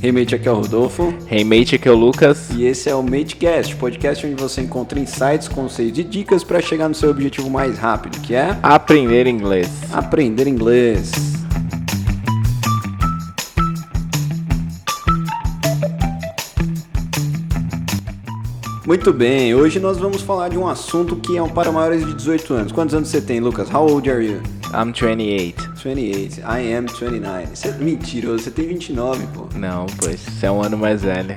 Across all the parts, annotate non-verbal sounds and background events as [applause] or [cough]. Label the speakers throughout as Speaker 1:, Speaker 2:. Speaker 1: Remate aqui é o Rodolfo.
Speaker 2: Remate aqui é o Lucas.
Speaker 1: E esse é o Matecast, podcast onde você encontra insights, conselhos e dicas para chegar no seu objetivo mais rápido, que é
Speaker 2: aprender inglês.
Speaker 1: Aprender inglês. Muito bem, hoje nós vamos falar de um assunto que é um para maiores de 18 anos. Quantos anos você tem, Lucas? How old are you?
Speaker 2: I'm 28.
Speaker 1: 28. I am 29. Você é mentiroso, você tem 29, pô.
Speaker 2: Não, pois, você é um ano mais velho.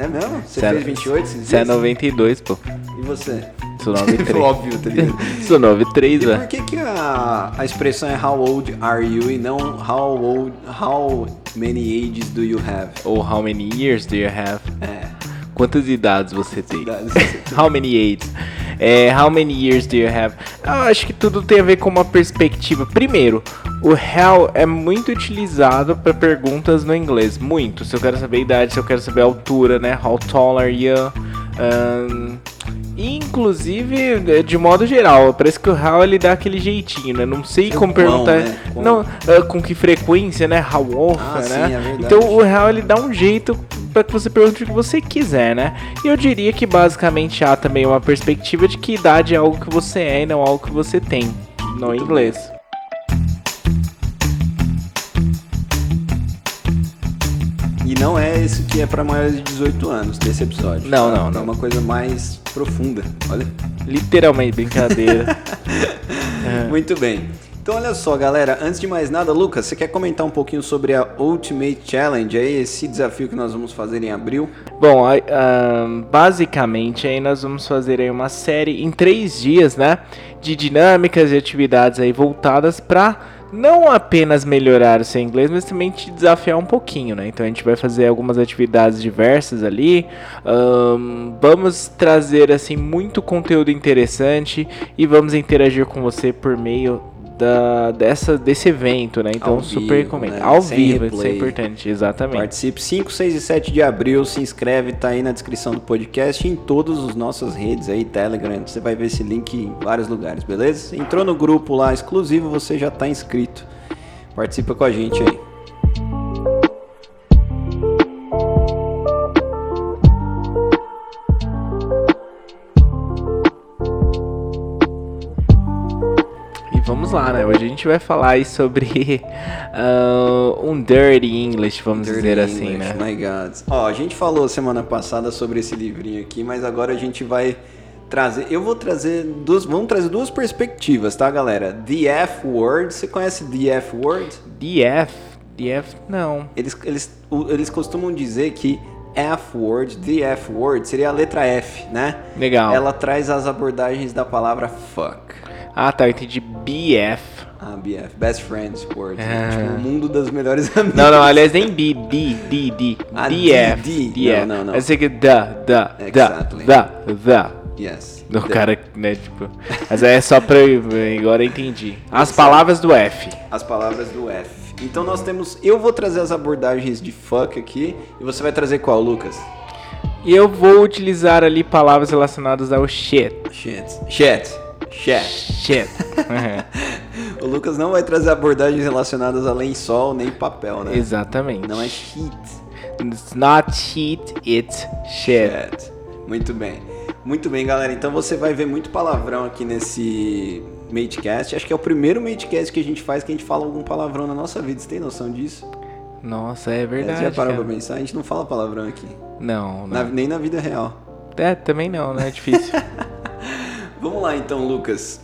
Speaker 1: É mesmo? Você
Speaker 2: Cê é-
Speaker 1: fez 28? esses
Speaker 2: Você é
Speaker 1: dias?
Speaker 2: 92, pô.
Speaker 1: E você?
Speaker 2: Sou
Speaker 1: [laughs]
Speaker 2: 93.
Speaker 1: Óbvio, tá
Speaker 2: [laughs]
Speaker 1: ligado?
Speaker 2: Sou 93,
Speaker 1: E por
Speaker 2: velho.
Speaker 1: que, que a, a expressão é how old are you e não how old, how many ages do you have?
Speaker 2: Ou how many years do you have?
Speaker 1: É,
Speaker 2: Quantas idades você tem?
Speaker 1: idades você
Speaker 2: [laughs] how many aids? É, how many years do you have? Eu acho que tudo tem a ver com uma perspectiva. Primeiro, o how é muito utilizado para perguntas no inglês. Muito. Se eu quero saber a idade, se eu quero saber a altura, né? How tall are you? Ahn, inclusive, é, de modo geral, parece que o how ele dá aquele jeitinho, né? Não sei
Speaker 1: Seu
Speaker 2: como
Speaker 1: quão,
Speaker 2: perguntar.
Speaker 1: né? Quão.
Speaker 2: Não, ah, com que frequência, né? How often,
Speaker 1: Ah, sim,
Speaker 2: né?
Speaker 1: é verdade.
Speaker 2: então o real ele dá um jeito pra que você pergunte o que você quiser, né? E eu diria que basicamente há também uma perspectiva de que idade é algo que você é e não algo que você tem no
Speaker 1: Muito
Speaker 2: inglês.
Speaker 1: E não é isso que é pra maiores de 18 anos desse episódio.
Speaker 2: Não, não,
Speaker 1: É
Speaker 2: não.
Speaker 1: uma coisa mais profunda, olha.
Speaker 2: Literalmente brincadeira. É.
Speaker 1: Muito bem. Então olha só, galera, antes de mais nada, Lucas, você quer comentar um pouquinho sobre a Ultimate Challenge, aí esse desafio que nós vamos fazer em abril?
Speaker 2: Bom, aí, ahn, basicamente aí nós vamos fazer aí uma série em três dias, né? De dinâmicas e atividades aí voltadas pra não apenas melhorar o seu inglês, mas também te desafiar um pouquinho, né? Então a gente vai fazer algumas atividades diversas ali. ahn, vamos trazer assim muito conteúdo interessante e vamos interagir com você por meio da, dessa, desse evento, né? Então
Speaker 1: Ao
Speaker 2: super
Speaker 1: vivo,
Speaker 2: recomendo.
Speaker 1: né?
Speaker 2: Ao
Speaker 1: Sem
Speaker 2: vivo, isso é
Speaker 1: replay.
Speaker 2: importante, exatamente.
Speaker 1: Participe 5, 6 e 7 de abril, se inscreve, tá aí na descrição do podcast e em todas as nossas redes aí, Telegram, você vai ver esse link em vários lugares, beleza? Entrou no grupo lá exclusivo, você já tá inscrito. Participa com a gente aí.
Speaker 2: E vamos lá, né? Hoje a gente vai falar aí sobre [laughs] ah, um dirty English, vamos dizer assim, né?
Speaker 1: My God. Ó, a gente falou semana passada sobre esse livrinho aqui, mas agora a gente vai trazer. Eu vou trazer duas. Vamos trazer duas perspectivas, tá, galera? The F Word. Você conhece The F Word?
Speaker 2: DF, DF não.
Speaker 1: Eles, eles, o- eles costumam dizer que F word, the F word, seria a letra F, né?
Speaker 2: Legal.
Speaker 1: Ela traz as abordagens da palavra fuck.
Speaker 2: Ah, tá, eu entendi BF.
Speaker 1: A BF, best friends word. né?
Speaker 2: Ah.
Speaker 1: Tipo, o mundo das melhores amigas.
Speaker 2: Não, não, aliás, nem B, D, D, D.
Speaker 1: Ah,
Speaker 2: DF,
Speaker 1: D, D.
Speaker 2: DF.
Speaker 1: Não, não, não.
Speaker 2: Eu sei que da, da, da,
Speaker 1: Exactly.
Speaker 2: da, da.
Speaker 1: Yes.
Speaker 2: O cara, né, tipo... Mas é só pra... eu- Agora eu entendi. As palavras do F.
Speaker 1: As palavras do F. Então nós temos. Eu vou trazer as abordagens de fuck aqui. E você vai trazer qual, Lucas?
Speaker 2: E eu vou utilizar ali palavras relacionadas ao shit.
Speaker 1: Shit. Shit. Shit.
Speaker 2: Shit.
Speaker 1: [laughs]
Speaker 2: [laughs]
Speaker 1: O Lucas não vai trazer abordagens relacionadas a lençol nem papel, né?
Speaker 2: Exatamente.
Speaker 1: Não é shit.
Speaker 2: It's not cheat, it's shit.
Speaker 1: Shit. Muito bem. Muito bem, galera. Então você vai ver muito palavrão aqui nesse Matecast. Acho que é o primeiro Matecast que a gente faz que a gente fala algum palavrão na nossa vida. Você tem noção disso?
Speaker 2: Nossa, é
Speaker 1: É,
Speaker 2: verdade.
Speaker 1: você já parou
Speaker 2: cara.
Speaker 1: pra pensar? A gente não fala palavrão aqui.
Speaker 2: Não,
Speaker 1: Na-
Speaker 2: não.
Speaker 1: nem na vida real.
Speaker 2: É, também não, né? É difícil. [laughs]
Speaker 1: Vamos lá então, Lucas.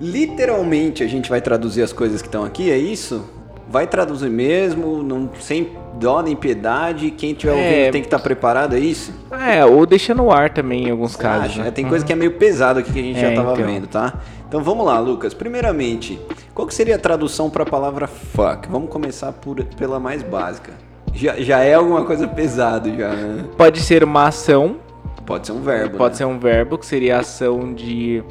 Speaker 1: Literalmente a gente vai traduzir as coisas que estão aqui, é isso? Vai traduzir mesmo, não, sem dó nem piedade. Quem tiver
Speaker 2: É.
Speaker 1: ouvindo tem que estar preparado, é isso?
Speaker 2: é, ou deixa no ar também em alguns casos.
Speaker 1: Acho,
Speaker 2: né?
Speaker 1: é, Tem coisa que é meio pesado aqui que a gente já
Speaker 2: É,
Speaker 1: tava
Speaker 2: então.
Speaker 1: vendo, tá? Então vamos lá, Lucas. Primeiramente, qual que seria a tradução para a palavra fuck? Vamos começar por- pela mais básica. Já, já é alguma coisa pesado já, né?
Speaker 2: Pode ser uma ação,
Speaker 1: Pode ser um verbo,
Speaker 2: pode
Speaker 1: né?
Speaker 2: ser um verbo, que seria a ação de.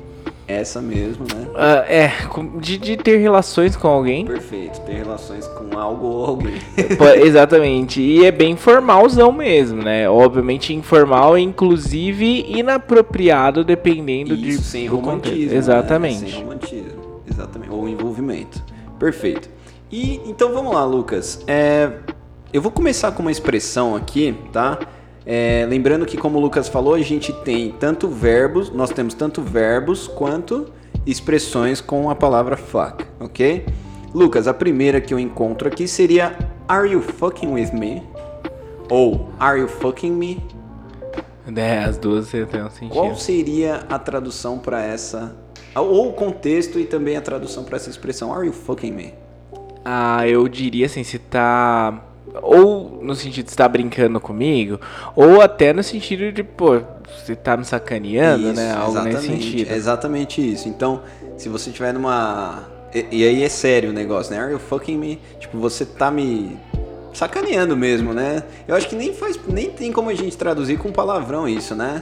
Speaker 1: Essa mesmo, né?
Speaker 2: ah, é, com- de, de ter relações com
Speaker 1: [laughs]
Speaker 2: alguém.
Speaker 1: Perfeito. Ter relações com algo ou alguém.
Speaker 2: Po- Exatamente. E é bem formalzão mesmo, né? Obviamente informal, inclusive inapropriado, dependendo de.
Speaker 1: Isso, sem
Speaker 2: do contexto.
Speaker 1: romantismo. né?
Speaker 2: é. Exatamente.
Speaker 1: Sem romantismo. Exatamente. Ou envolvimento. Perfeito. E então vamos lá, Lucas. É, eu vou começar com uma expressão aqui, tá? É, lembrando que, como o Lucas falou, a gente tem tanto verbos, nós temos tanto verbos quanto expressões com a palavra fuck, ok? Lucas, a primeira que eu encontro aqui seria Are you fucking with me? Ou Are you fucking me?
Speaker 2: É, as duas têm um sentido.
Speaker 1: Qual seria a tradução para essa? Ou o contexto e também a tradução para essa expressão Are you fucking me?
Speaker 2: Ah, eu diria assim, se tá. Ou no sentido de estar brincando comigo, ou até no sentido de, pô, você tá me sacaneando, né? Algo nesse sentido.
Speaker 1: é exatamente isso. Então, se você tiver numa. E, e aí é sério o negócio, né? Are you fucking me? Tipo, você tá me sacaneando mesmo, né? Eu acho que nem faz. Nem tem como a gente traduzir com palavrão isso, né?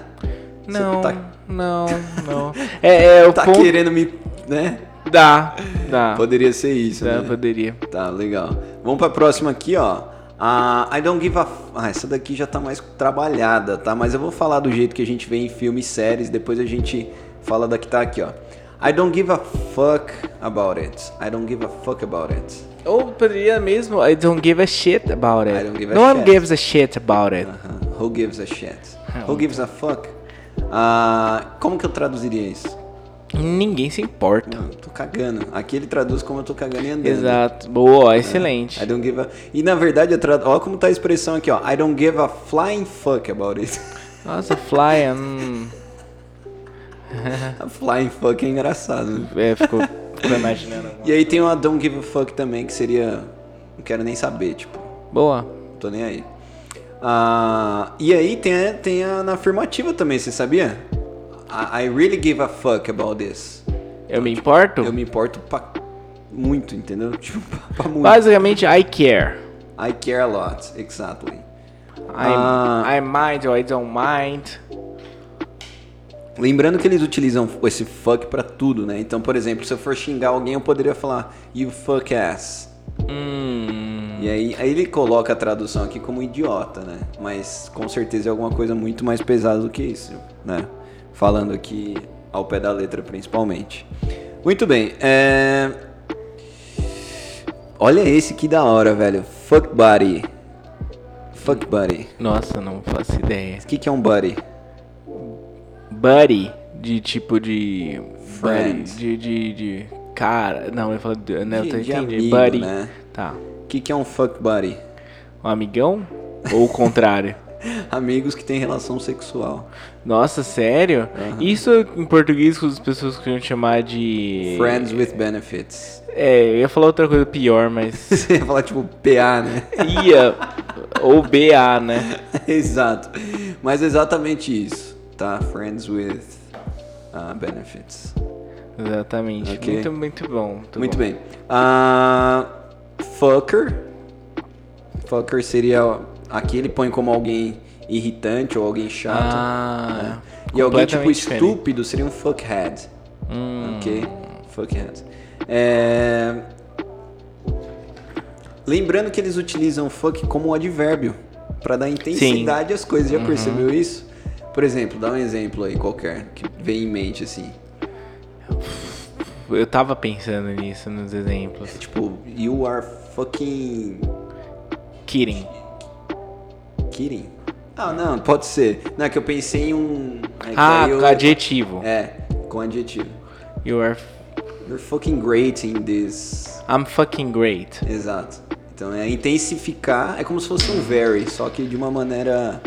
Speaker 1: Você
Speaker 2: Não,
Speaker 1: tá-
Speaker 2: não,
Speaker 1: [laughs]
Speaker 2: não. É, é o
Speaker 1: Tá
Speaker 2: ponto. Ah.
Speaker 1: querendo me. né?
Speaker 2: Dá, dá.
Speaker 1: Poderia ser isso,
Speaker 2: dá
Speaker 1: né?
Speaker 2: Poderia.
Speaker 1: Tá, legal. Vamos pra próxima aqui, ó. Ah, I don't give a. F... Ah, essa daqui já tá mais trabalhada, tá? Mas eu vou falar do jeito que a gente vê em filmes e séries, depois a gente fala da que tá aqui, ó. I don't give a fuck about it. I don't give a fuck about it.
Speaker 2: Ou poderia mesmo, I don't give a shit about it.
Speaker 1: I don't give a
Speaker 2: no one
Speaker 1: shit.
Speaker 2: gives a shit about it.
Speaker 1: Aham. Who gives a shit? Who gives a fuck? Ah, como que eu traduziria isso?
Speaker 2: Ninguém se importa.
Speaker 1: Não, eu tô cagando. Aqui ele traduz como eu tô cagando e andando.
Speaker 2: Exato.
Speaker 1: É.
Speaker 2: Boa, excelente.
Speaker 1: I don't give a... E na verdade, eu tra... olha como tá a expressão aqui, ó. I don't give a flying fuck about it.
Speaker 2: Nossa, Fly, hum,
Speaker 1: a flying fuck é engraçado. né?
Speaker 2: é, ficou, ficou imaginando.
Speaker 1: E aí tem o I don't give a fuck também, que seria... Não quero nem saber, tipo.
Speaker 2: Boa.
Speaker 1: Não tô nem aí. Ah, e aí tem a, tem a na afirmativa também, você sabia? I, I really give a fuck about this.
Speaker 2: Eu me importo?
Speaker 1: Eu me importo pra muito, entendeu? [laughs] Tipo, pra, pra muito.
Speaker 2: Basicamente, I care.
Speaker 1: I care a lot, exactly.
Speaker 2: I,
Speaker 1: Ah.
Speaker 2: I mind or I don't mind.
Speaker 1: Lembrando que eles utilizam esse fuck pra tudo, né? Então, por exemplo, se eu for xingar alguém, eu poderia falar you fuck ass.
Speaker 2: Hum.
Speaker 1: E aí, aí ele coloca a tradução aqui como idiota, né? Mas com certeza é alguma coisa muito mais pesada do que isso, né? Falando aqui ao pé da letra, principalmente. Muito bem, é... Olha esse que da hora, velho. Fuck buddy. Fuck buddy.
Speaker 2: Nossa, não faço ideia.
Speaker 1: O que, que é um buddy?
Speaker 2: Buddy, de tipo de.
Speaker 1: Friend.
Speaker 2: buddy, De, de, de Cara. Não, eu falo. De, não, eu
Speaker 1: De-
Speaker 2: tô
Speaker 1: de
Speaker 2: entendi.
Speaker 1: amigo,
Speaker 2: buddy.
Speaker 1: né?
Speaker 2: Tá.
Speaker 1: O que, que é um fuck buddy? [laughs]
Speaker 2: Um amigão? Ou o contrário?
Speaker 1: Amigos que têm relação sexual.
Speaker 2: Nossa, sério? Isso em português que as pessoas queriam chamar de.
Speaker 1: Friends with benefits. [laughs]
Speaker 2: É, eu ia falar outra coisa pior, mas. [laughs]
Speaker 1: Você ia falar tipo PA, né?
Speaker 2: Ia. ou BA, né?
Speaker 1: [laughs] Exato. Mas exatamente isso, tá? Friends with ah, benefits.
Speaker 2: Exatamente.
Speaker 1: Ok.
Speaker 2: Muito, muito bom. Muito,
Speaker 1: Muito
Speaker 2: bom.
Speaker 1: bem. Ah, fucker. Fucker seria. Aqui ele põe como alguém irritante ou alguém chato.
Speaker 2: Ah,
Speaker 1: e alguém tipo
Speaker 2: completamente diferente.
Speaker 1: estúpido seria um fuckhead.
Speaker 2: Hum.
Speaker 1: Ok? Fuckhead. É... Lembrando que eles utilizam fuck como um advérbio para dar intensidade às coisas.
Speaker 2: Uhum.
Speaker 1: Já percebeu isso? Por exemplo, dá um exemplo aí qualquer que vem em mente assim.
Speaker 2: Eu tava pensando nisso nos exemplos.
Speaker 1: Tipo, you are fucking
Speaker 2: Kidding.
Speaker 1: kidding. Ah, não, pode ser. Não, é que eu pensei em um. é que
Speaker 2: Ah,
Speaker 1: aí eu-
Speaker 2: adjetivo.
Speaker 1: É, com adjetivo.
Speaker 2: You are.
Speaker 1: You're fucking great in this.
Speaker 2: I'm fucking great.
Speaker 1: Exato. Então é intensificar, é como se fosse um very, só que de uma maneira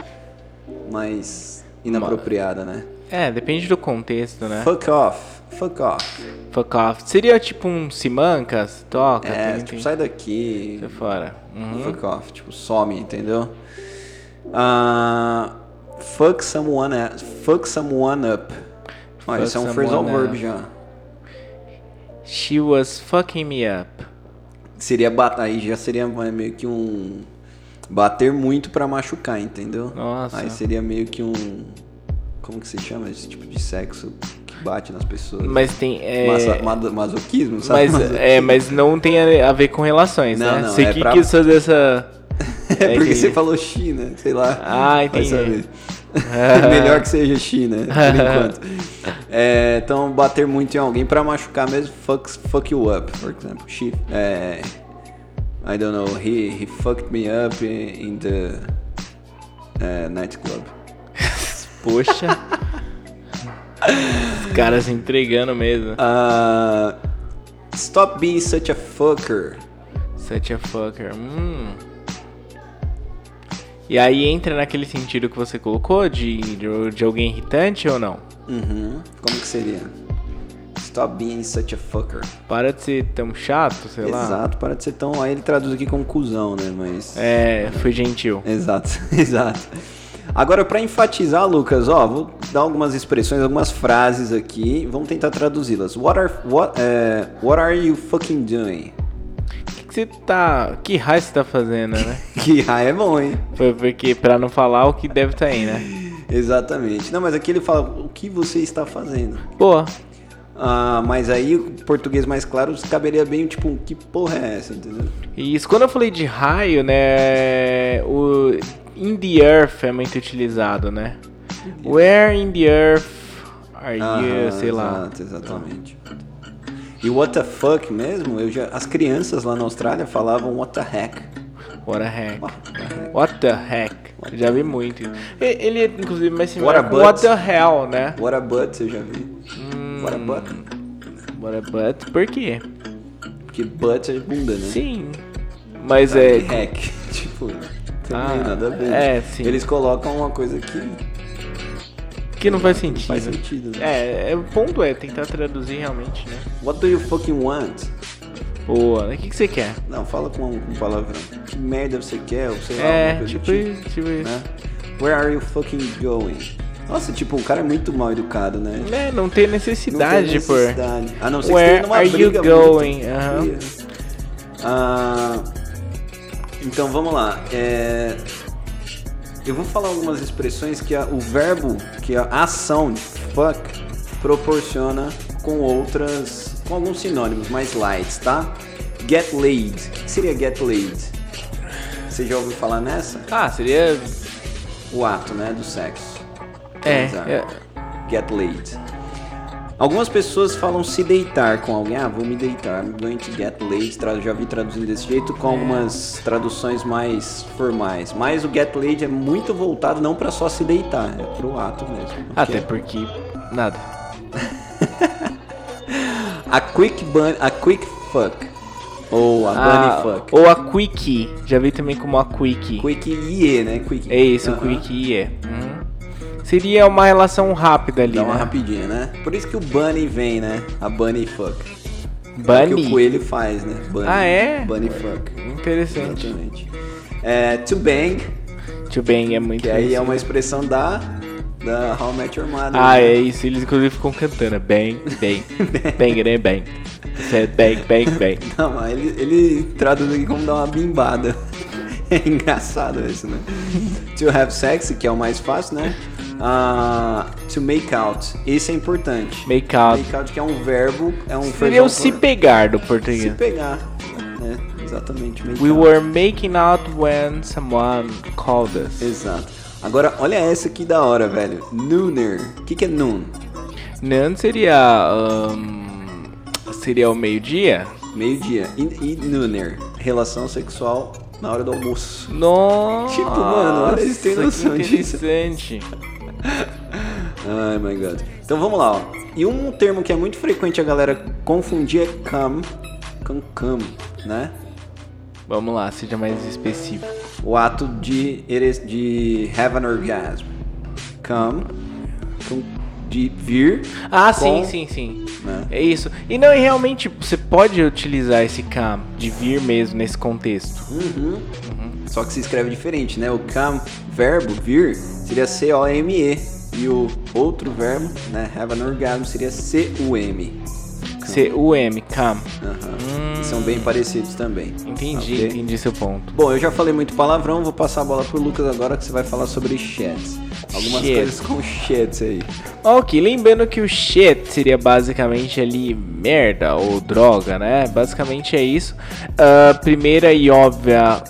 Speaker 1: mais inapropriada, né?
Speaker 2: É, depende do contexto, né?
Speaker 1: Fuck off, fuck off.
Speaker 2: Fuck off. Seria tipo um se manca, se toca,
Speaker 1: É,
Speaker 2: tem-
Speaker 1: tipo,
Speaker 2: tem-
Speaker 1: sai daqui,
Speaker 2: sai fora. Uhum.
Speaker 1: fuck off, tipo, some, entendeu? Ah, fuck someone, a- fuck someone up. Olha,
Speaker 2: Fuck
Speaker 1: isso é um
Speaker 2: someone
Speaker 1: phrasal
Speaker 2: up.
Speaker 1: verb já.
Speaker 2: She was fucking me up.
Speaker 1: Seria bater, aí já seria meio que um bater muito pra machucar, entendeu?
Speaker 2: Nossa.
Speaker 1: Aí seria meio que um como que se chama esse tipo de sexo que bate nas pessoas?
Speaker 2: Mas tem. É...
Speaker 1: Masa- mado- masoquismo, sabe?
Speaker 2: Mas,
Speaker 1: Maso-
Speaker 2: é, mas não tem a a ver com relações,
Speaker 1: Não,
Speaker 2: né?
Speaker 1: não,
Speaker 2: Você
Speaker 1: é
Speaker 2: que
Speaker 1: pra-
Speaker 2: quis fazer essa.
Speaker 1: [laughs] É porque
Speaker 2: entendi.
Speaker 1: você falou China, sei lá.
Speaker 2: Ah,
Speaker 1: Vai
Speaker 2: [laughs] entendi.
Speaker 1: saber. [laughs] Melhor que seja China, por
Speaker 2: [laughs]
Speaker 1: enquanto. É, então, bater muito em alguém pra machucar mesmo, fucks, fuck you up, por exemplo. She, é, I don't know, he, he fucked me up in the é, nightclub.
Speaker 2: Poxa. Os caras entregando mesmo.
Speaker 1: Ah, stop being such a fucker.
Speaker 2: Such a fucker. Hum. E aí entra naquele sentido que você colocou de, de, de alguém irritante ou não?
Speaker 1: Uhum. Como que seria? Stop being such a fucker.
Speaker 2: Para de ser tão chato, sei lá.
Speaker 1: Exato, para de ser tão. Aí ele traduz aqui como cuzão, né? Mas.
Speaker 2: É, fui gentil.
Speaker 1: Exato, [laughs] exato. Agora, para enfatizar, Lucas, ó, vou dar algumas expressões, algumas frases aqui. Vamos tentar traduzi-las. What are, what, eh, what are you fucking doing? [laughs]
Speaker 2: O que, que você tá. Que raio você tá fazendo, né?
Speaker 1: Que raio é bom, hein?
Speaker 2: Foi porque, pra não falar o que deve tá aí, né?
Speaker 1: Exatamente. Não, mas aqui ele fala o que você está fazendo.
Speaker 2: Boa.
Speaker 1: Ah, mas aí o português mais claro caberia bem, tipo, um que porra é essa, entendeu?
Speaker 2: E Isso, quando eu falei de raio, né? O in the earth é muito utilizado, né? Where in the earth are you,
Speaker 1: Aham,
Speaker 2: eh, sei lá.
Speaker 1: exato, exatamente. E what the fuck mesmo? Eu já, as crianças lá na Austrália falavam what the heck.
Speaker 2: What a heck.
Speaker 1: What the heck?
Speaker 2: What the heck. Já vi muito. E- Ele, inclusive, mais se
Speaker 1: What a
Speaker 2: com
Speaker 1: butt.
Speaker 2: What the hell, né?
Speaker 1: What a butt, eu já vi.
Speaker 2: Hum.
Speaker 1: What a butt?
Speaker 2: What a butt. Por quê?
Speaker 1: Porque butt é bunda, né?
Speaker 2: Sim. Mas
Speaker 1: Que
Speaker 2: é...
Speaker 1: hack. [laughs] tipo, também
Speaker 2: Ah,
Speaker 1: nada a ver.
Speaker 2: é, sim.
Speaker 1: Eles colocam uma coisa que
Speaker 2: Que não faz sentido.
Speaker 1: faz sentido. Né?
Speaker 2: É, é, o ponto é tentar traduzir realmente, né?
Speaker 1: What do you fucking want?
Speaker 2: Boa. né? O que, que você quer?
Speaker 1: Não, fala com um palavrão. Que merda você quer? Ou sei lá,
Speaker 2: É,
Speaker 1: alguma coisa do
Speaker 2: tipo,
Speaker 1: tipo.
Speaker 2: isso, tipo isso.
Speaker 1: né? Where are you fucking going? Nossa, tipo, o cara é muito mal educado, né?
Speaker 2: É, não tem
Speaker 1: Não
Speaker 2: necessidade,
Speaker 1: tem
Speaker 2: por...
Speaker 1: necessidade. A não ser que
Speaker 2: Where
Speaker 1: esteja numa
Speaker 2: are you
Speaker 1: briga
Speaker 2: going?
Speaker 1: muito
Speaker 2: Aham.
Speaker 1: fria. Ah, então vamos lá. É, eu vou falar algumas expressões que a- o verbo, que a ação de fuck proporciona com outras, com alguns sinônimos mais light, tá? Get laid. O que seria get laid? Você já ouviu falar nessa?
Speaker 2: Ah, seria...
Speaker 1: o ato, né, do sexo.
Speaker 2: É,
Speaker 1: Transar.
Speaker 2: é.
Speaker 1: Get laid. Algumas pessoas falam se deitar com alguém. Ah, vou me deitar. I'm going to get laid. Tra- Já vi traduzindo desse jeito
Speaker 2: É.
Speaker 1: com algumas traduções mais formais. Mas o get laid é muito voltado não pra só se deitar, é pro ato mesmo. é
Speaker 2: Até porque... Nada.
Speaker 1: A quick bun, a quick fuck ou a
Speaker 2: Ah,
Speaker 1: bunny fuck.
Speaker 2: Ou a Quick. Já vi também como a Quick.
Speaker 1: Quick ie, né? Quick.
Speaker 2: É isso,
Speaker 1: Aham.
Speaker 2: Quick IE. Uhum. Seria uma relação rápida ali,
Speaker 1: Dá uma
Speaker 2: né?
Speaker 1: rapidinha, né? Por isso que o bunny vem, né? A bunny fuck. que o
Speaker 2: Bunny.
Speaker 1: coelho faz, né? Bunny,
Speaker 2: É Ah, é?
Speaker 1: Bunny fuck.
Speaker 2: Interessante.
Speaker 1: Exatamente. É, to bang,
Speaker 2: Tio Ben é muito
Speaker 1: que aí é
Speaker 2: interessante.
Speaker 1: uma expressão da, da How I Met Your Mother.
Speaker 2: Ah,
Speaker 1: né?
Speaker 2: é isso. Eles inclusive ficam cantando. É Bang,
Speaker 1: [laughs]
Speaker 2: bang. bang, bang, bang. Isso é Bang, bang, bang.
Speaker 1: Não, mas ele, ele traduz aqui como dar uma bimbada. [laughs] É engraçado isso, né? to have sex, que é o mais fácil, né? Ah, to make out. Isso é importante.
Speaker 2: Make out.
Speaker 1: Make out que é um verbo, é um
Speaker 2: Seria
Speaker 1: perdão,
Speaker 2: o se
Speaker 1: por-
Speaker 2: pegar do
Speaker 1: se
Speaker 2: português.
Speaker 1: pegar. né? exatamente. Make
Speaker 2: We
Speaker 1: out.
Speaker 2: were making out when someone called us.
Speaker 1: Exato. Agora, olha essa que da hora, velho. Nooner. O que, que é noon?
Speaker 2: Não seria. ahn, seria o meio-dia?
Speaker 1: Meio-dia. E, e nooner. Relação sexual na hora do almoço.
Speaker 2: Nossa,
Speaker 1: Tipo, mano, olha, eles têm
Speaker 2: que
Speaker 1: noção disso.
Speaker 2: interessante.
Speaker 1: Ai, my God. Então vamos lá, ó. E um termo que é muito frequente a galera confundir é come com come, né?
Speaker 2: Vamos lá, seja mais específico.
Speaker 1: O ato de, eres- de have an orgasm. Come com, de vir.
Speaker 2: Ah,
Speaker 1: com-
Speaker 2: sim, sim, sim.
Speaker 1: Né?
Speaker 2: É isso. E não, e realmente você pode utilizar esse cam de vir mesmo nesse contexto.
Speaker 1: Uhum. Só que se escreve diferente, né? O come, verbo, vir, seria C-O-M-E. E o outro verbo, né? Have an orgasm, seria C-U-M.
Speaker 2: C-U-M, cam.
Speaker 1: Aham. E São bem parecidos também.
Speaker 2: Hum. Entendi,
Speaker 1: Ok?
Speaker 2: entendi seu ponto.
Speaker 1: Bom, eu já falei muito palavrão, vou passar a bola pro Lucas agora que você vai falar sobre shits. Algumas
Speaker 2: Shit.
Speaker 1: coisas com shits aí.
Speaker 2: Ok, lembrando que o shit seria basicamente ali merda ou droga, né? Basicamente é isso. Ah, primeira e óbvia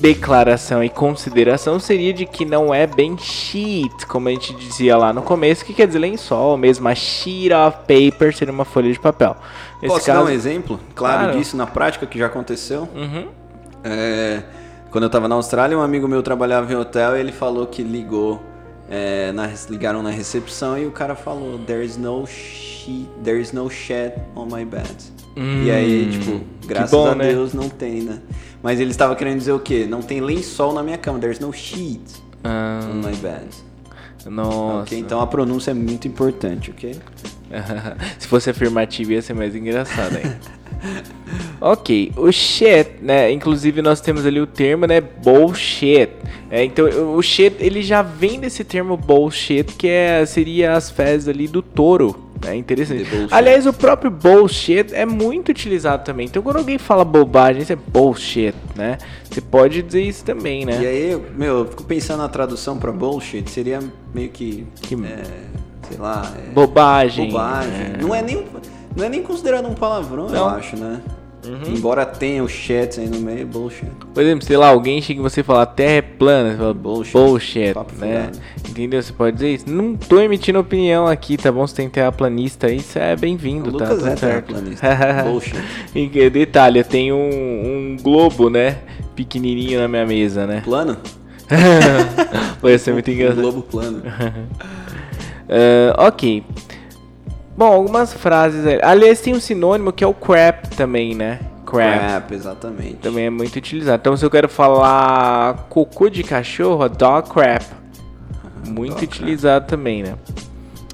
Speaker 2: declaração e consideração seria de que não é bem sheet, como a gente dizia lá no começo, que quer dizer lençol mesmo. A sheet of paper seria uma folha de papel. Nesse
Speaker 1: Posso dar um exemplo claro,
Speaker 2: Claro.
Speaker 1: disso na prática que já aconteceu?
Speaker 2: Uhum.
Speaker 1: É, quando eu tava na Austrália, um amigo meu trabalhava em hotel e ele falou que ligou. é, na- ligaram na recepção e o cara falou: There's no, she, there's no shed on my bed. e aí, tipo, graças
Speaker 2: Hum, bom,
Speaker 1: a
Speaker 2: né?
Speaker 1: Deus não tem, né? Mas ele estava querendo dizer o quê? Não tem lençol na minha cama, there's no sheet
Speaker 2: Ah,
Speaker 1: on my bed.
Speaker 2: nossa.
Speaker 1: Ok? Então a pronúncia é muito importante, ok?
Speaker 2: [laughs] Se fosse afirmativo ia ser mais engraçado, hein? [laughs] ok, o shit, né? Inclusive nós temos ali o termo, né? Bullshit. É, então o- o shit, ele já vem desse termo bullshit, que é, seria as fezes ali do touro. É interessante.
Speaker 1: The bullshit.
Speaker 2: Aliás, o próprio bullshit é muito utilizado também. Então quando alguém fala bobagem, isso é bullshit, né? Você pode dizer isso também, né?
Speaker 1: E aí, meu, eu fico pensando na tradução pra bullshit, seria meio que.
Speaker 2: Que-
Speaker 1: é, sei lá. é,
Speaker 2: Bobagem.
Speaker 1: bobagem.
Speaker 2: né?
Speaker 1: Não, é nem, não é nem considerado um palavrão, eu
Speaker 2: Não. Uhum.
Speaker 1: acho, né? Embora tenha o chat aí no meio, bullshit.
Speaker 2: Por exemplo, sei lá, alguém chega e você fala "A terra é plana, você fala
Speaker 1: Bullshit.
Speaker 2: bullshit,
Speaker 1: Papo
Speaker 2: né?
Speaker 1: furado.
Speaker 2: Entendeu? Você pode dizer isso. Não tô emitindo opinião aqui, tá bom? Você tem terraplanista aí, você é
Speaker 1: O
Speaker 2: bem-vindo, tá?
Speaker 1: Lucas
Speaker 2: Tudo
Speaker 1: é
Speaker 2: certo. [laughs]
Speaker 1: terraplanista. Bullshit.
Speaker 2: E que- detalhe, eu tenho um, um globo, né? Pequenininho na minha mesa,
Speaker 1: [laughs]
Speaker 2: né?
Speaker 1: Plano?
Speaker 2: Vai ser É muito
Speaker 1: Um
Speaker 2: engraçado.
Speaker 1: globo plano.
Speaker 2: [laughs] Ah, ok. Bom, algumas frases. aí. Aliás, tem um sinônimo que é o crap também, né? crap.
Speaker 1: Crap, exatamente.
Speaker 2: Também é muito utilizado. Então, se eu quero falar cocô de cachorro, dog crap. Muito
Speaker 1: dog
Speaker 2: utilizado também, né?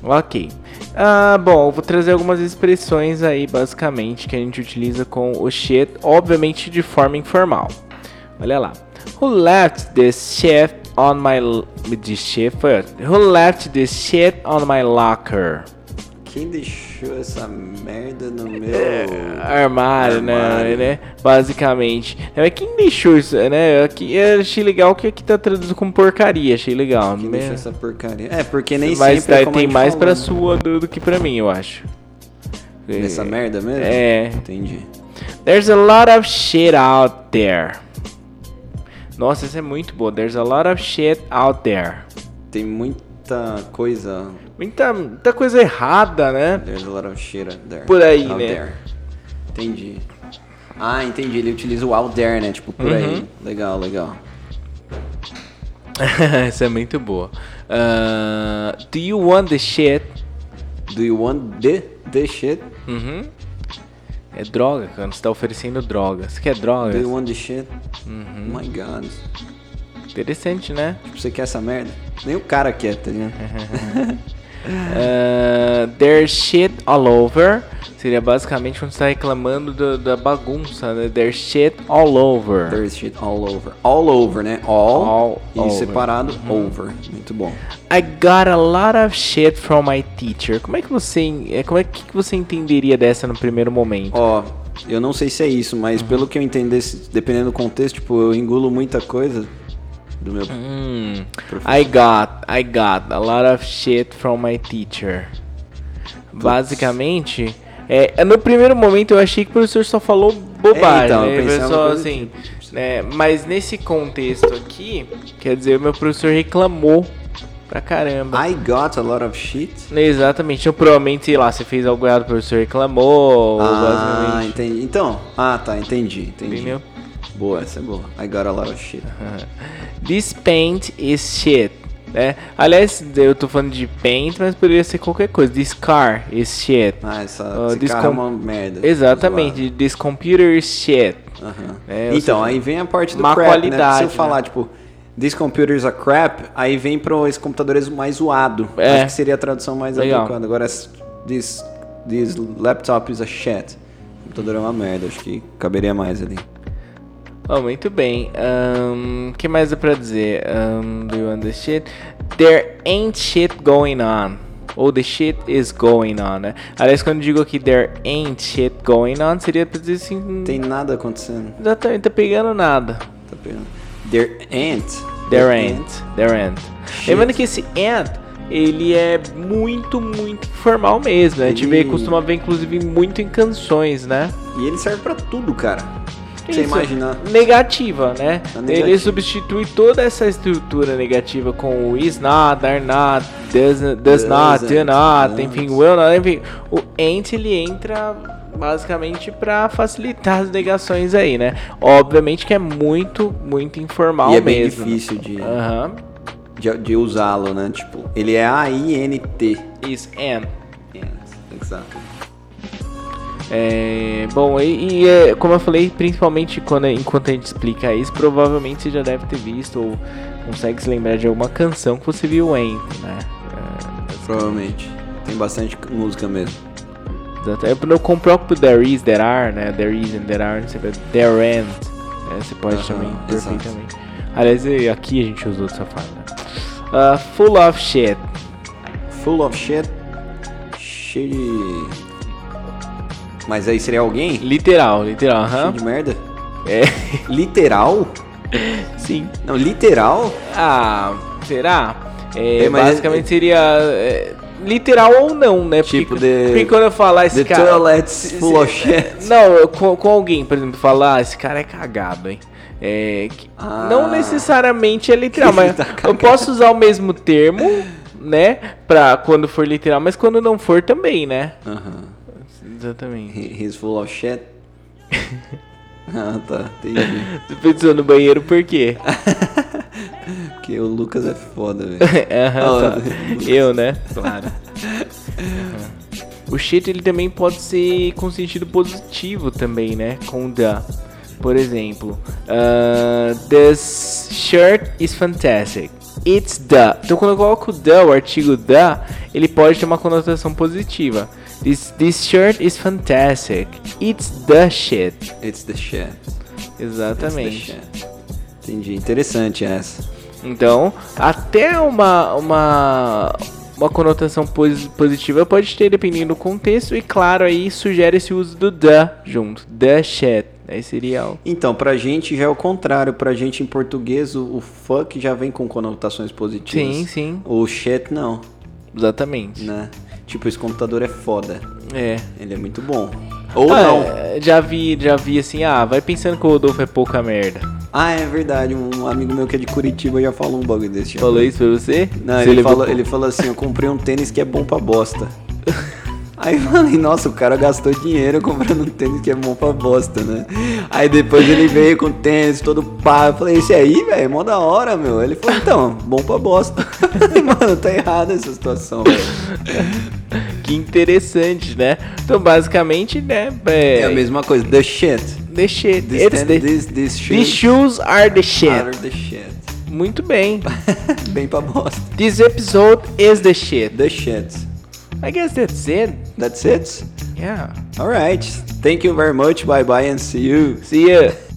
Speaker 2: Ok. Ah, bom, eu vou trazer algumas expressões aí, basicamente, que a gente utiliza com o shit, obviamente de forma informal. Olha lá. Who left this shit on my... l- The shit... Who left this shit on my locker?
Speaker 1: Quem deixou essa merda
Speaker 2: É,
Speaker 1: no meu.
Speaker 2: ah, Armário,
Speaker 1: É, Armário.
Speaker 2: Né, né? Basicamente. É, mas quem deixou isso, né? Aqui, eu achei legal que aqui tá traduzido como porcaria, achei legal.
Speaker 1: Quem
Speaker 2: né?
Speaker 1: deixou essa porcaria? É, porque nem
Speaker 2: Mas
Speaker 1: sempre. é
Speaker 2: daí
Speaker 1: como a
Speaker 2: tem
Speaker 1: gente
Speaker 2: mais
Speaker 1: falou,
Speaker 2: pra
Speaker 1: né?
Speaker 2: sua do, do que pra mim, eu acho.
Speaker 1: Nessa merda mesmo?
Speaker 2: É.
Speaker 1: Entendi.
Speaker 2: There's a lot of shit out there. Nossa, essa é muito boa. There's a lot of shit out there.
Speaker 1: Tem muita coisa.
Speaker 2: Muita, muita coisa
Speaker 1: [laughs]
Speaker 2: errada, né?
Speaker 1: There's a lot of shit out there.
Speaker 2: Por aí,
Speaker 1: Out
Speaker 2: né?
Speaker 1: there. Entendi. Ah, entendi. Ele utiliza o out there, né? Tipo, por
Speaker 2: Uhum.
Speaker 1: aí. Legal, legal.
Speaker 2: essa é muito boa. Ah, do you want the shit?
Speaker 1: Do you want the, the shit?
Speaker 2: Uhum. É droga, cara. Você tá oferecendo droga. Você quer
Speaker 1: Do
Speaker 2: droga?
Speaker 1: you want the shit?
Speaker 2: Uhum.
Speaker 1: Oh my god.
Speaker 2: Interessante, né?
Speaker 1: Tipo, você quer essa merda? Nem o cara quer, tá
Speaker 2: [laughs]
Speaker 1: ligado?
Speaker 2: Ah, there's shit all over. Seria basicamente quando você tá reclamando do- da bagunça, né? There's shit all over.
Speaker 1: There's shit all over. All over, né? All,
Speaker 2: All
Speaker 1: e
Speaker 2: over. Uhum.
Speaker 1: separado, over. Muito bom.
Speaker 2: I got a lot of shit from my teacher. Como é que você, en- é, como é que você entenderia dessa no primeiro momento?
Speaker 1: Ó, eu não sei se é isso, mas pelo que eu entender, se- dependendo do contexto, tipo, eu engulo muita coisa do meu.
Speaker 2: Hum, I got, I got a lot of shit from my teacher. Basicamente, é, no primeiro momento eu achei que o professor só falou bobagem.
Speaker 1: É, então, eu
Speaker 2: né? O
Speaker 1: pensava
Speaker 2: pessoal,
Speaker 1: coisa do
Speaker 2: assim,
Speaker 1: tipo.
Speaker 2: né, mas nesse contexto aqui, quer dizer, o meu professor reclamou pra caramba.
Speaker 1: I got a lot of shit.
Speaker 2: Exatamente, então provavelmente, sei lá, você fez algo errado, o professor reclamou,
Speaker 1: Ah,
Speaker 2: basicamente.
Speaker 1: entendi. Então, ah tá, entendi, entendi.
Speaker 2: Entendeu?
Speaker 1: Boa, essa é boa. I got a lot of shit.
Speaker 2: [laughs] This paint is shit. Né? Aliás, eu tô falando de paint, mas poderia ser qualquer coisa. This car is shit.
Speaker 1: Ah, essa
Speaker 2: Ah,
Speaker 1: esse
Speaker 2: this
Speaker 1: carro é
Speaker 2: com-
Speaker 1: uma merda.
Speaker 2: Exatamente, this computer is shit.
Speaker 1: zoado. Aham.
Speaker 2: É, ou
Speaker 1: então,
Speaker 2: seja,
Speaker 1: aí vem a parte do
Speaker 2: má
Speaker 1: crap, né?
Speaker 2: qualidade,
Speaker 1: Se eu
Speaker 2: né?
Speaker 1: falar, tipo, this computer is a crap, aí vem pro esse computador é mais zoado.
Speaker 2: É.
Speaker 1: Acho que seria a tradução mais
Speaker 2: Legal.
Speaker 1: adequada. Agora, s- this, this laptop is a shit. O computador é uma merda, acho que caberia mais ali.
Speaker 2: Oh, muito bem. O que mais dá pra dizer? Ahn, do you want the shit? There ain't shit going on. Ou the shit is going on, né? Aliás, quando eu digo aqui there ain't shit going on, seria pra dizer assim. hum,
Speaker 1: Tem nada acontecendo.
Speaker 2: Exatamente, tá pegando nada.
Speaker 1: Tá pegando. There ain't.
Speaker 2: There ain't. There ain't.
Speaker 1: Shit.
Speaker 2: Lembrando que esse ain't, ele é muito, muito informal mesmo. né? A gente vê,
Speaker 1: Sim.
Speaker 2: costuma ver, inclusive, muito em canções, né?
Speaker 1: E ele serve pra tudo, cara. Você imaginar.
Speaker 2: negativa, né?
Speaker 1: Tá
Speaker 2: Ele
Speaker 1: Ah. negativa.
Speaker 2: substitui toda essa estrutura negativa com o is not, are not, does, does not, do
Speaker 1: Doesn't,
Speaker 2: not,
Speaker 1: doesn't.
Speaker 2: enfim, will not, enfim. O ain't ele entra basicamente pra facilitar as negações aí, né? Obviamente que é muito, muito informal
Speaker 1: E é bem
Speaker 2: mesmo. né?
Speaker 1: difícil de,
Speaker 2: Aham.
Speaker 1: de, de usá-lo, né? Tipo, ele é A-I-N-T.
Speaker 2: Is am.
Speaker 1: Exato.
Speaker 2: É, bom, e, e, é, como eu falei, principalmente quando, enquanto a gente explica isso, provavelmente você já deve ter visto ou consegue se lembrar de alguma canção que você viu em, né?
Speaker 1: Provavelmente. Tem bastante música mesmo.
Speaker 2: Exato. É pro- com o próprio There Is, There Are, né? There Is and There Are, você vê There End. né? Você pode
Speaker 1: Aham,
Speaker 2: também,
Speaker 1: exato.
Speaker 2: perfeitamente. Aliás, e aqui a gente usou dessa forma. né? Ah, full of shit.
Speaker 1: Full of shit. Cheio de. Mas aí seria alguém?
Speaker 2: Literal, literal, aham.
Speaker 1: Cheio de merda?
Speaker 2: É,
Speaker 1: [laughs] Literal?
Speaker 2: sim.
Speaker 1: Não, literal?
Speaker 2: Ah, será? É,
Speaker 1: É, mas-
Speaker 2: basicamente seria é, literal ou não, né? Porque-
Speaker 1: Tipo, the-
Speaker 2: porque quando eu falar esse
Speaker 1: The
Speaker 2: cara.
Speaker 1: toilet's full of shit.
Speaker 2: é. [laughs] Não, eu- com, com alguém, por exemplo, falar, ah, esse cara é cagado, hein? É, que-
Speaker 1: Ah.
Speaker 2: não necessariamente é literal,
Speaker 1: [laughs] Ele
Speaker 2: mas
Speaker 1: tá
Speaker 2: eu
Speaker 1: cagado.
Speaker 2: posso usar o mesmo termo, né? Pra quando for literal, mas quando não for também, né?
Speaker 1: Aham.
Speaker 2: Exatamente.
Speaker 1: He- He's full of
Speaker 2: [laughs]
Speaker 1: shit. ah, tá. Entendi.
Speaker 2: Você pensou no banheiro por quê?
Speaker 1: Porque o Lucas é foda, velho.
Speaker 2: [laughs] Aham,
Speaker 1: Ah,
Speaker 2: tá. Eu, né? Claro. O shit ele também pode ser com sentido positivo também, né? Com the. Por exemplo, ah, this shirt is fantastic. It's the. Então quando eu coloco the, o artigo the, ele pode ter uma conotação positiva. This, this shirt is fantastic. It's the shit.
Speaker 1: It's the shit. It's the
Speaker 2: Exatamente.
Speaker 1: shit. Entendi. Interessante essa.
Speaker 2: Então, até uma, uma, uma conotação posi- positiva pode ter, dependendo do contexto, e claro, aí sugere esse uso do the junto. The né, shit. Aí seria o.
Speaker 1: Então, pra gente já é o contrário. Pra gente em português, o, o fuck já vem com conotações positivas.
Speaker 2: Sim, sim,
Speaker 1: O shit não,
Speaker 2: exatamente.
Speaker 1: né? Tipo, esse computador é foda.
Speaker 2: É.
Speaker 1: Ele é muito bom. Ou
Speaker 2: Ah,
Speaker 1: não.
Speaker 2: é, Já vi, já vi assim, ah, vai pensando que o Rodolfo é pouca merda.
Speaker 1: Ah, é verdade. Um amigo meu que é de Curitiba já falou um bagulho desse. já.
Speaker 2: Falou isso pra você?
Speaker 1: Não,
Speaker 2: Você
Speaker 1: ele
Speaker 2: levou
Speaker 1: falou,
Speaker 2: pro-
Speaker 1: ele falou assim, eu comprei um tênis que é bom pra bosta. Aí eu falei, nossa, o cara gastou dinheiro comprando um tênis que é bom pra bosta, né? Aí depois ele veio com o tênis todo pá. Eu falei, esse aí, velho, é mó da hora, meu. Ele falou, então, bom pra bosta. [laughs] Eu falei, Mano, tá errado essa situação, velho.
Speaker 2: Que interessante, né? Então, basicamente, né?
Speaker 1: É
Speaker 2: É,
Speaker 1: a mesma coisa, the shit.
Speaker 2: The shit.
Speaker 1: This,
Speaker 2: It's
Speaker 1: tênis,
Speaker 2: the-
Speaker 1: this, this shit.
Speaker 2: These shoes are the shit.
Speaker 1: are the shit. [laughs]
Speaker 2: Muito bem.
Speaker 1: Bem pra bosta.
Speaker 2: This episode is the shit.
Speaker 1: The shit.
Speaker 2: I guess that's it.
Speaker 1: That's it?
Speaker 2: Yeah.
Speaker 1: Alright. Thank you very much. Bye bye and see you.
Speaker 2: See ya.